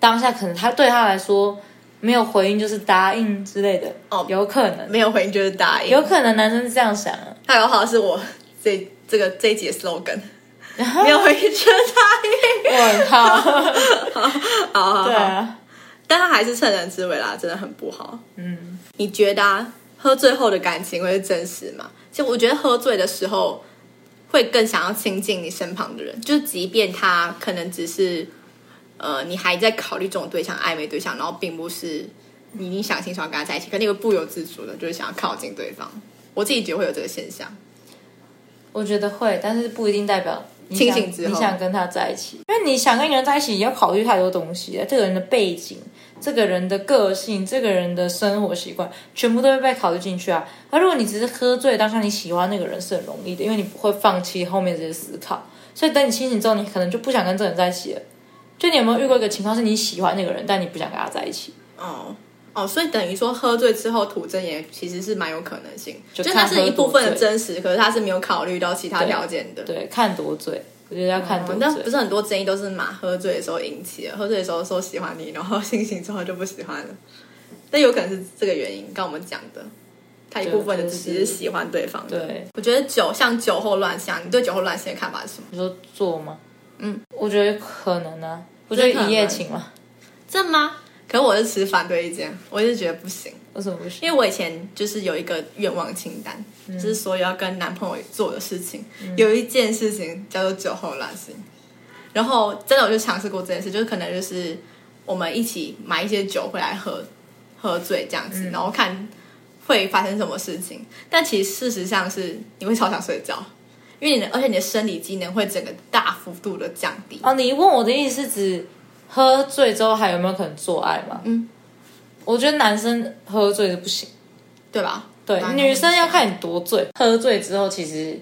Speaker 1: 当下可能他对他来说没有回应就是答应之类的，
Speaker 2: 哦
Speaker 1: 有可能，
Speaker 2: 没有回应就是答应。
Speaker 1: 有可能男生是这样想 的，
Speaker 2: 大有好是我这这个这一节 slogan，没有回应就是答
Speaker 1: 我很 怕，
Speaker 2: 应。好好好
Speaker 1: 对啊，
Speaker 2: 但他还是趁人之危啦，真的很不好。
Speaker 1: 嗯，
Speaker 2: 你觉得啊，喝醉后的感情会是真实吗？就我觉得喝醉的时候会更想要亲近你身旁的人，就是即便他可能只是呃，你还在考虑这种对象、暧昧对象，然后并不是你已经想清楚要跟他在一起，可你会不由自主的就是想要靠近对方。我自己觉得会有这个现象，
Speaker 1: 我觉得会，但是不一定代表。你
Speaker 2: 清
Speaker 1: 想
Speaker 2: 醒之后
Speaker 1: 你想跟他在一起，因为你想跟一个人在一起，你要考虑太多东西，这个人的背景、这个人的个性、这个人的生活习惯，全部都会被考虑进去啊。而如果你只是喝醉当下，你喜欢那个人是很容易的，因为你不会放弃后面这些思考。所以等你清醒之后，你可能就不想跟这个人在一起了。就你有没有遇过一个情况，是你喜欢那个人，但你不想跟他在一起？
Speaker 2: 哦哦，所以等于说喝醉之后吐真言其实是蛮有可能性，
Speaker 1: 就
Speaker 2: 就
Speaker 1: 看
Speaker 2: 它是一部分
Speaker 1: 喝
Speaker 2: 的
Speaker 1: 多醉
Speaker 2: 真实，可是它是没有考虑到其他条件的。
Speaker 1: 对，看多醉，我觉得要看多醉。
Speaker 2: 哦那不是很多争议都是马喝醉的时候引起的，喝醉的时候说喜欢你，然后清醒之后就不喜欢了。但有可能是这个原因，刚我们讲的，他一部分的自己是喜欢对方的。
Speaker 1: 对，
Speaker 2: 我觉得酒像酒后乱性，你对酒后乱性的看法是什么？
Speaker 1: 你说做吗？
Speaker 2: 嗯，
Speaker 1: 我觉得可能啊，我觉
Speaker 2: 觉得
Speaker 1: 得一夜情嘛，
Speaker 2: 真的吗？可是我是持反对意见，我是觉得不行，
Speaker 1: 为什么不行？
Speaker 2: 因为我以前就是有一个愿望清单，
Speaker 1: 嗯
Speaker 2: 就是所有要跟男朋友做的事情，有一件事情叫做酒后乱性。然后真的我就尝试过这件事，就是可能就是我们一起买一些酒回来喝，喝醉这样子，
Speaker 1: 嗯
Speaker 2: 然后看会发生什么事情。但其实事实上是你会超想睡觉，因为你的而且你的生理机能会整个大幅度的降低。
Speaker 1: 哦，你问我的意思是指喝醉之后还有没有可能做爱吗？
Speaker 2: 嗯，
Speaker 1: 我觉得男生喝醉是不行，
Speaker 2: 对吧？
Speaker 1: 对，
Speaker 2: 男
Speaker 1: 女生要看你多醉。喝醉之后，其实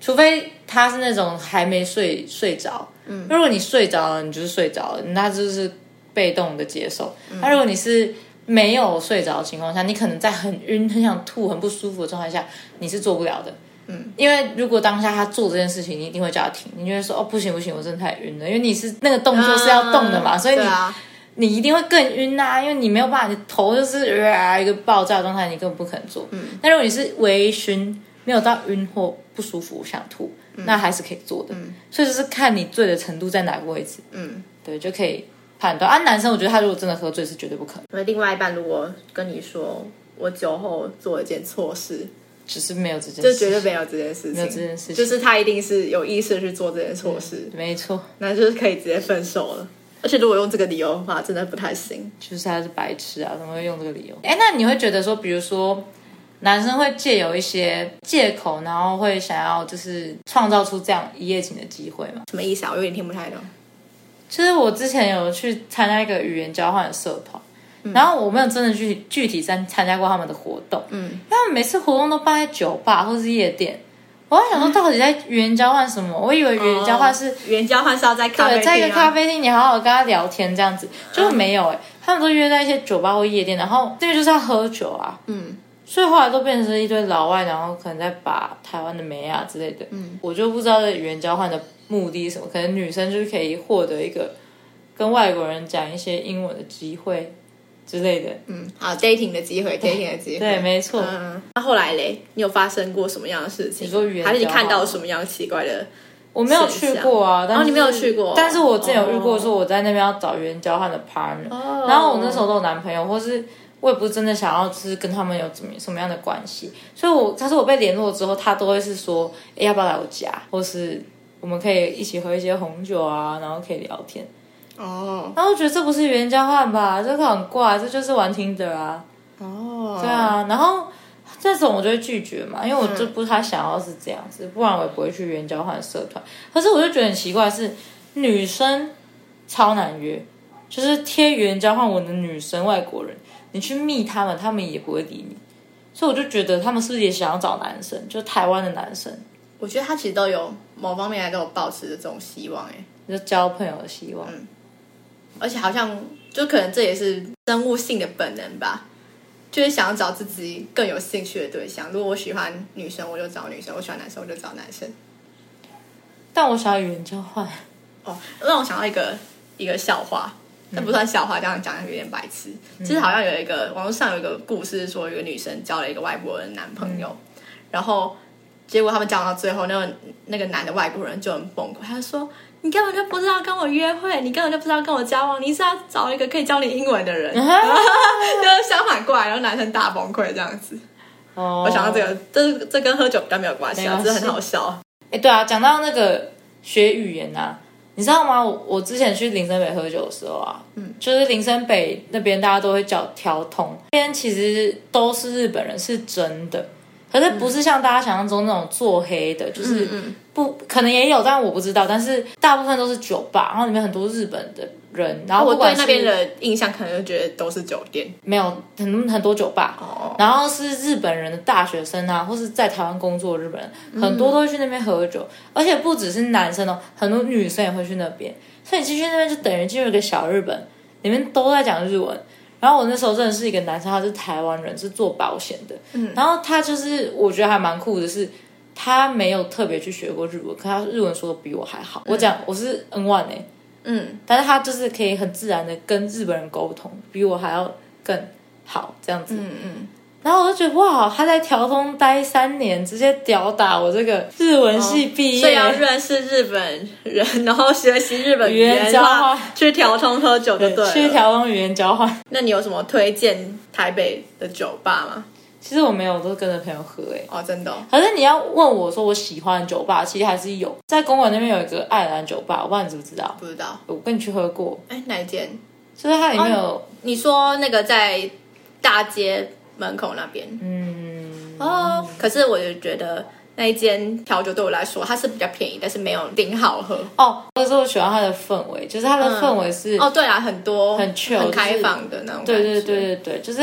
Speaker 1: 除非他是那种还没睡睡着，嗯，如果你睡着了，你就是睡着了，那就是被动的接受。那、如果你是没有睡着的情况下，你可能在很晕、很想吐、很不舒服的状态下，你是做不了的。嗯，因为如果当下他做这件事情，你一定会叫他停，你就会说哦不行不行，我真的太晕了，因为你是那个动作是要动的嘛，
Speaker 2: 嗯
Speaker 1: 所以你
Speaker 2: 对啊，
Speaker 1: 你一定会更晕呐、因为你没有办法，你头就是、呃、一个爆炸的状态，你根本不可能做。嗯，但如果你是微醺，没有到晕或不舒服想吐，那还是可以做的。嗯，所以就是看你醉的程度在哪个位置，
Speaker 2: 嗯。
Speaker 1: 对，就可以判断。啊，男生我觉得他如果真的喝醉是绝对不可能，
Speaker 2: 因为另外一半如果跟你说我酒后做了一件错事，
Speaker 1: 只 是没有这件
Speaker 2: 就
Speaker 1: 事，
Speaker 2: 绝对没有这件事情，
Speaker 1: 没有这件事情
Speaker 2: 就是他一定是有意识地去做这件错事，
Speaker 1: 没错，
Speaker 2: 那就是可以直接分手了。而且如果用这个理由的话，真的不太行。
Speaker 1: 就是他是白痴啊，怎么会用这个理由？哎，那你会觉得说，比如说。男生会借由一些借口，然后会想要就是创造出这样一夜情的机会吗？
Speaker 2: 什么意思啊？我有点听不太懂。
Speaker 1: 就是我之前有去参加一个语言交换的社团，然后我没有真的去具体参参加过他们的活动，嗯，因为他们每次活动都办在酒吧或是夜店，我在想说到底在语言交换什么？我以为语言交换是、
Speaker 2: 哦语言交换是要在咖啡
Speaker 1: 对，
Speaker 2: 厅、啊，
Speaker 1: 在一个咖啡厅你好好跟他聊天这样
Speaker 2: 嗯
Speaker 1: 子，就是没有哎、他们都约在一些酒吧或夜店，然后这个就是要喝酒啊，
Speaker 2: 嗯，
Speaker 1: 所以后来都变成是一堆老外，然后可能在把台湾的美啊之类的，嗯，我就不知道这语言交换的目的是什么，可能女生就是可以获得一个跟外国人讲一些英文的机会之类的，
Speaker 2: 嗯，好 dating 的机会，dating 的机会，
Speaker 1: 对，没错，
Speaker 2: 嗯，那、后来嘞，你有发生过什么样的事情？
Speaker 1: 你说语言
Speaker 2: 还是你
Speaker 1: 交换
Speaker 2: 看到什么样奇怪的？
Speaker 1: 我没有去过啊，但是、
Speaker 2: 哦你没有去过
Speaker 1: 但是我之前有遇过，说我在那边要找语言交换的 partner，、
Speaker 2: 哦
Speaker 1: 然后我那时候都有男朋友，或是我也不是真的想要，就是跟他们有怎么什么样的关系，所以我他说我被联络之后，他都会是说，哎，要不要来我家，或是我们可以一起喝一些红酒啊，然后可以聊天，
Speaker 2: 哦
Speaker 1: 然后我觉得这不是语言交换吧，这个很怪，这就是玩听的啊，
Speaker 2: 哦，
Speaker 1: 对啊，然后。这种我就会拒绝嘛，因为
Speaker 2: 嗯
Speaker 1: 我就不太想要是这样子，不然我也不会去原交换社团。可是我就觉得很奇怪是，女生超难约，就是贴原交换文的女生外国人，你去密他们，他们也不会理你。所以我就觉得他们是不是也想要找男生，就台湾的男生，
Speaker 2: 我觉得他其实都有某方面来都有保持着这种希望哎、
Speaker 1: 就交朋友的希望。
Speaker 2: 嗯而且好像就可能这也是生物性的本能吧，就是想要找自己更有兴趣的对象。如果我喜欢女生，我就找女生；我喜欢男生，我就找男生。
Speaker 1: 但我想要语言交换，
Speaker 2: 哦，让我想到一个一个笑话，那不算笑话，这样讲有点白痴。就是好像有一个网络上有一个故事，说有一个女生交了一个外国人男朋友，然后结果他们讲到最后，那个那个男的外国人就很崩溃，他就说：“你根本就不知道跟我约会，你根本就不知道跟我交往，你是要找一个可以教你英文的人。” 就是相反过来，然后男生大崩溃这样子。
Speaker 1: 哦，
Speaker 2: 我想到这个，这这跟喝酒比较没有关系啊，
Speaker 1: 没关
Speaker 2: 这
Speaker 1: 系
Speaker 2: 很好笑。
Speaker 1: 哎、对啊，讲到那个学语言啊，你知道吗？我我之前去林森北喝酒的时候啊，嗯，就是林森北那边大家都会叫调通，那边其实都是日本人，是真的。可是
Speaker 2: 嗯
Speaker 1: 不是像大家想象中那种做黑的，就是不可能也有，但我不知道。但是大部分都是酒吧，然后里面很多日本的人，然后
Speaker 2: 哦我
Speaker 1: 不
Speaker 2: 对
Speaker 1: 管
Speaker 2: 那边
Speaker 1: 是
Speaker 2: 的印象可能就觉得都是酒店
Speaker 1: 没有很很多酒吧，
Speaker 2: 哦，
Speaker 1: 然后是日本人的大学生啊，或是在台湾工作的日本人，很多都会去那边喝酒，而且不只是男生哦，很多女生也会去那边。所以你进去那边就等于进入一个小日本，里面都在讲日文。然后我那时候认识一个男生，他是台湾人，是做保险的。嗯，然后他就是我觉得还蛮酷的是，他没有特别去学过日文，可他日文说的比我还好。我讲我是 N one 哎、
Speaker 2: 嗯。
Speaker 1: 但是他就是可以很自然的跟日本人沟通，比我还要更好这样子。
Speaker 2: 嗯嗯，
Speaker 1: 然后我就觉得哇，他在调通待三年，直接吊打我这个日文系毕
Speaker 2: 哦所以
Speaker 1: 业。
Speaker 2: 要认识日本人，然后学习日本语
Speaker 1: 语
Speaker 2: 言
Speaker 1: 言交换
Speaker 2: 的话去调通喝酒就对了。
Speaker 1: 去调通语言交换，
Speaker 2: 那你有什么推荐台北的酒吧吗？
Speaker 1: 其实我没有，我都跟着朋友喝诶、欸。
Speaker 2: 哦，真的哦、
Speaker 1: 可是你要问我说我喜欢的酒吧，其实还是有，在公馆那边有一个爱尔兰酒吧，我不知道你知不知道，
Speaker 2: 不知道。
Speaker 1: 我跟你去喝过，
Speaker 2: 哎，哪一间？
Speaker 1: 就是它里面有、
Speaker 2: 你说那个在大街门口那边？
Speaker 1: 嗯，
Speaker 2: 哦，可是我就觉得那一间调酒对我来说，它是比较便宜，但是没有顶好喝。
Speaker 1: 哦，可是我喜欢它的氛围，就是它的氛围是、
Speaker 2: 哦，对啊，很多
Speaker 1: 很 chill，
Speaker 2: 很开
Speaker 1: 就是
Speaker 2: 放的那种。
Speaker 1: 对对对。对对，就是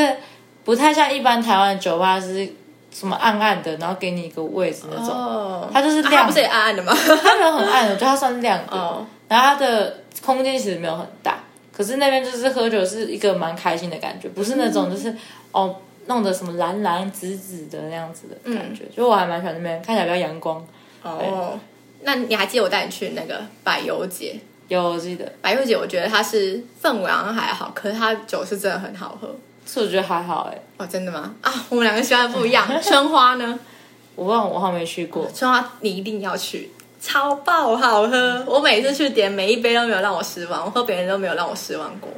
Speaker 1: 不太像一般台湾的酒吧是什么暗暗的，然后给你一个位置那种，
Speaker 2: 哦，
Speaker 1: 它就是
Speaker 2: 啊
Speaker 1: 亮
Speaker 2: 它不是也暗暗的吗？
Speaker 1: 它没有很 暗，我觉得它算亮的。
Speaker 2: 哦，
Speaker 1: 然后它的空间其实没有很大，可是那边就是喝酒是一个蛮开心的感觉，不是那
Speaker 2: 嗯
Speaker 1: 种就是、哦弄得什么蓝蓝紫紫的那样子的感觉，
Speaker 2: 嗯
Speaker 1: 就我还蛮喜欢那边，看起来比较阳光。
Speaker 2: 哦，那你还记得我带你去那个百游节？
Speaker 1: 有我记得，
Speaker 2: 百游节我觉得它是氛围好像还好，可是它酒是真的很好喝。
Speaker 1: 是我觉得还好哎、
Speaker 2: 哦，真的吗？啊，我们两个喜欢的不一 样。春花呢？
Speaker 1: 我不知道我好像没去过，
Speaker 2: 春花你一定要去，超爆好喝！我每次去点，每一杯都没有让我失望，我喝别人都没有让我失望过，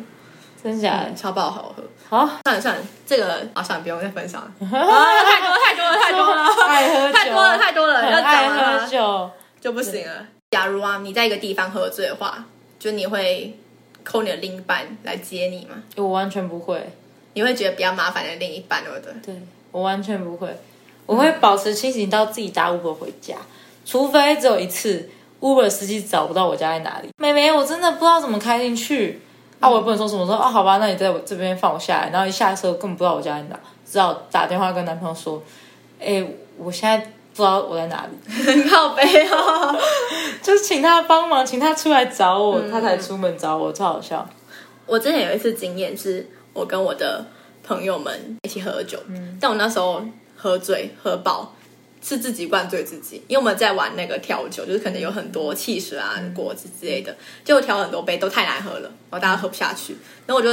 Speaker 1: 真假的？
Speaker 2: 超爆好喝。
Speaker 1: 好、
Speaker 2: 算了算了，这个好像不用再分享了， 啊太多了太多了太多了，
Speaker 1: 爱喝酒，啊
Speaker 2: 太多了太多了，
Speaker 1: 很
Speaker 2: 要讲
Speaker 1: 爱
Speaker 2: 了
Speaker 1: 喝。酒。
Speaker 2: 就不行了。假如啊，你在一个地方喝醉的话，就你会扣你的另一半来接你吗？
Speaker 1: 我完全不会，
Speaker 2: 你会觉得比较麻烦的另一半，对不对？
Speaker 1: 对我完全不会，我会保持清醒到自己打 Uber 回家，除非只有一次 Uber 司机找不到我家在哪里。妹妹，我真的不知道怎么开进去啊！我也不能说什么说啊，好吧，那你在我这边放我下来，然后一下车根本不知道我家在哪，只好打电话跟男朋友说，哎，我现在不知道我在哪 里，
Speaker 2: 很靠背哦。
Speaker 1: 就是请他帮忙，请他出来找我，他才出门找我，超好笑。
Speaker 2: 我之前有一次经验是，我跟我的朋友们一起喝酒，但我那时候喝醉喝爆。是自己灌醉自己，因为我们在玩那个调酒，就是可能有很多汽水啊、果汁之类的，结果调很多杯都太难喝了，然后大家喝不下去，然后我就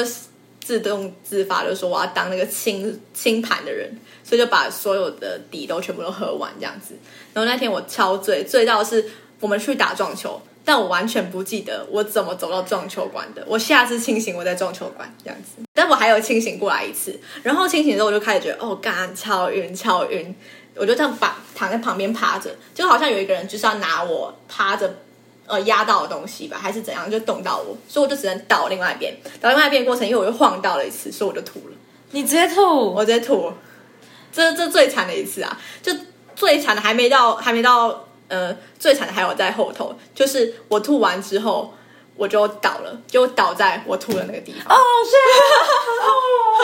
Speaker 2: 自动自发就说我要当那个清清盘的人，所以就把所有的底都全部都喝完这样子。然后那天我超醉，醉到是我们去打撞球，但我完全不记得我怎么走到撞球馆的。我下次清醒我在撞球馆这样子，但我还有清醒过来一次。然后清醒之后我就开始觉得哦，干超晕超晕，我就这样把躺在旁边趴着，就好像有一个人就是要拿我趴着。呃，压到的东西吧，还是怎样，就动到我，所以我就只能倒另外一边。倒另外一边的过程，因为我又晃到了一次，所以我就吐了。
Speaker 1: 你直接吐，
Speaker 2: 我直接吐了，这这最惨的一次啊！就最惨的还没到，还没到，呃，最惨的还有在后头，就是我吐完之后我就倒了，就倒在我吐的那个地方。
Speaker 1: 哦，是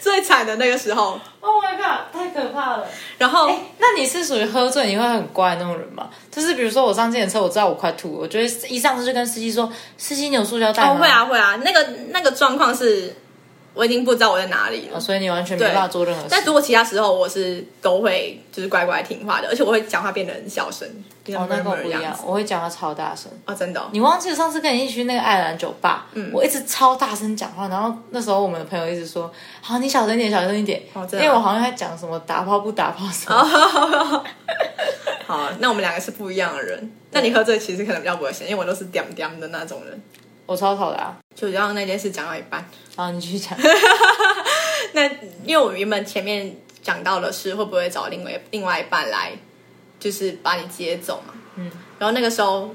Speaker 2: 最惨的那个时候，
Speaker 1: ，Oh my god，太可怕了。
Speaker 2: 然后、
Speaker 1: 哎那你是属于喝醉你会很乖的那种人吗？就是比如说我上自行车，我知道我快吐了，我就会
Speaker 2: 哦啊
Speaker 1: 一上车就跟司机说：“司机，你有塑胶袋吗？”
Speaker 2: 哦会，啊会啊，那个那个状况是。我已经不知道我在哪里
Speaker 1: 哦
Speaker 2: 了。
Speaker 1: 所以你完全没办法做任何事
Speaker 2: 但。如果其他时候我是都会就是乖乖听话的，而且我会讲话变得很小声，
Speaker 1: 哦，那跟我不一
Speaker 2: 这
Speaker 1: 样
Speaker 2: 子，
Speaker 1: 我会讲话超大声。
Speaker 2: 哦，真的哦、
Speaker 1: 你忘记了上次跟你一起去那个爱尔兰酒吧，
Speaker 2: 嗯
Speaker 1: 我一直超大声讲话，然后那时候我们的朋友一直说，好，你小声一点，小声一点，
Speaker 2: 哦真
Speaker 1: 因
Speaker 2: 的啊哦
Speaker 1: 为我好像在讲什么打炮不打炮什么，
Speaker 2: 好，那我们两个是不一样的人。那你喝醉其实可能比较不会醒，因为我都是点点的那种人。
Speaker 1: 我超吵的啊。
Speaker 2: 就让那件事讲到一半，
Speaker 1: 好，你继续 讲。
Speaker 2: 那因为我原本前面讲到的是会不会找另外另外一半来，就是把你接走嘛。
Speaker 1: 嗯，
Speaker 2: 然后那个时候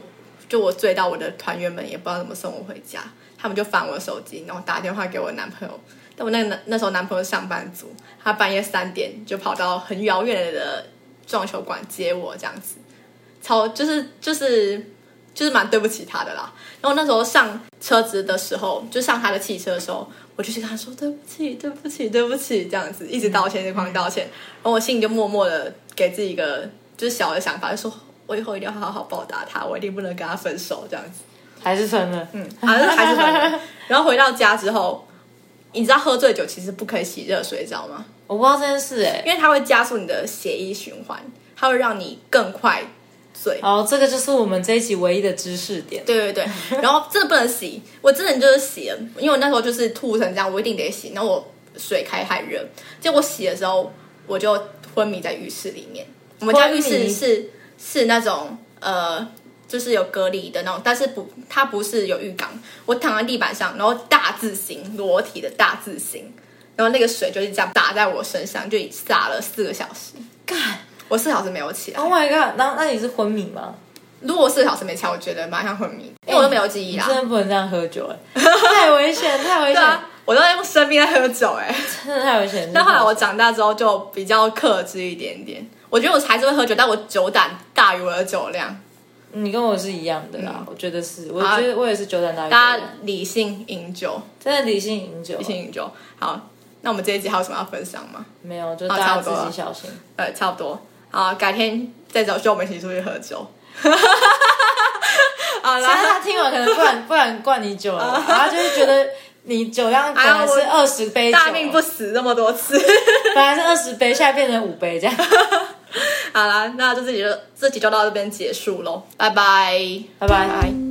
Speaker 2: 就我醉到我的团员们也不知道怎么送我回家，他们就翻我的手机，然后打电话给我男朋友。但我那个那时候男朋友上班族，他半夜三点就跑到很遥远的撞球馆接我，这样子，超就是就是就是蛮对不起他的啦。然后那时候上车子的时候，就上他的汽车的时候，我就去跟他说对不起，对不起，对不起，这样子一直道歉，一直狂道歉。然后我心里就默默的给自己一个就是小的想法，就说我以后一定要好好报答他，我一定不能跟他分手这样子。
Speaker 1: 还是成了，嗯，
Speaker 2: 还是还是分了 然后回到家之后，你知道喝醉酒其实不可以洗热水，知道吗？
Speaker 1: 我不知道这件事哎、
Speaker 2: 因为它会加速你的血液循环，它会让你更快醉。
Speaker 1: 哦，这个就是我们这一集唯一的知识点。
Speaker 2: 对对 对，然后真的不能洗，我真的就是洗了，因为我那时候就是吐成这样，我一定得洗。然后我水开太热，结果洗的时候我就昏迷在浴室里面。我们家浴
Speaker 1: 昏
Speaker 2: 室
Speaker 1: 迷
Speaker 2: 是是那种呃，就是有隔离的那种，但是不，它不是有浴缸。我躺在地板上，然后大字形裸体的大字形，然后那个水就是这样打在我身上，就洒了四个小时。
Speaker 1: 干
Speaker 2: 我四个小时没有起来。
Speaker 1: ，Oh my god！那那你是昏迷吗？哎
Speaker 2: 如果我四个小时没起来，我觉得马上昏迷，因为我都没有记忆
Speaker 1: 你
Speaker 2: 啦。
Speaker 1: 真的不能这样喝酒哎、太危险，太危
Speaker 2: 对
Speaker 1: 险，
Speaker 2: 啊，我都在用生命在喝酒哎、
Speaker 1: 真的太危险。
Speaker 2: 但后来我长大之后就比较克制一点点，我觉得我还是会喝酒，但我酒胆大于我的酒量。
Speaker 1: 你跟我是一样的啦，我觉得是，我觉得我也是酒胆大于
Speaker 2: 嗯啊大
Speaker 1: 酒
Speaker 2: 家
Speaker 1: 量，
Speaker 2: 理性饮酒，
Speaker 1: 真的理性饮酒
Speaker 2: 理，性饮酒。好，那我们这一集还有什么要分享吗？
Speaker 1: 没有，就
Speaker 2: 好
Speaker 1: 大家
Speaker 2: 差不
Speaker 1: 自
Speaker 2: 多
Speaker 1: 己
Speaker 2: 了
Speaker 1: 小心。
Speaker 2: 呃，差不多。好，改天再找秀我们一起出去喝酒。好
Speaker 1: 虽然
Speaker 2: 啦，
Speaker 1: 他听完可能不然不然灌你酒 了，然后就是觉得你酒量本来是
Speaker 2: 哎呀
Speaker 1: 二十杯酒，
Speaker 2: 大命不死那么多次。
Speaker 1: 本来是二十杯，现在变成五杯这样。
Speaker 2: 好啦，那这集就这集就到这边结束喽，拜拜，
Speaker 1: 拜拜
Speaker 2: 拜。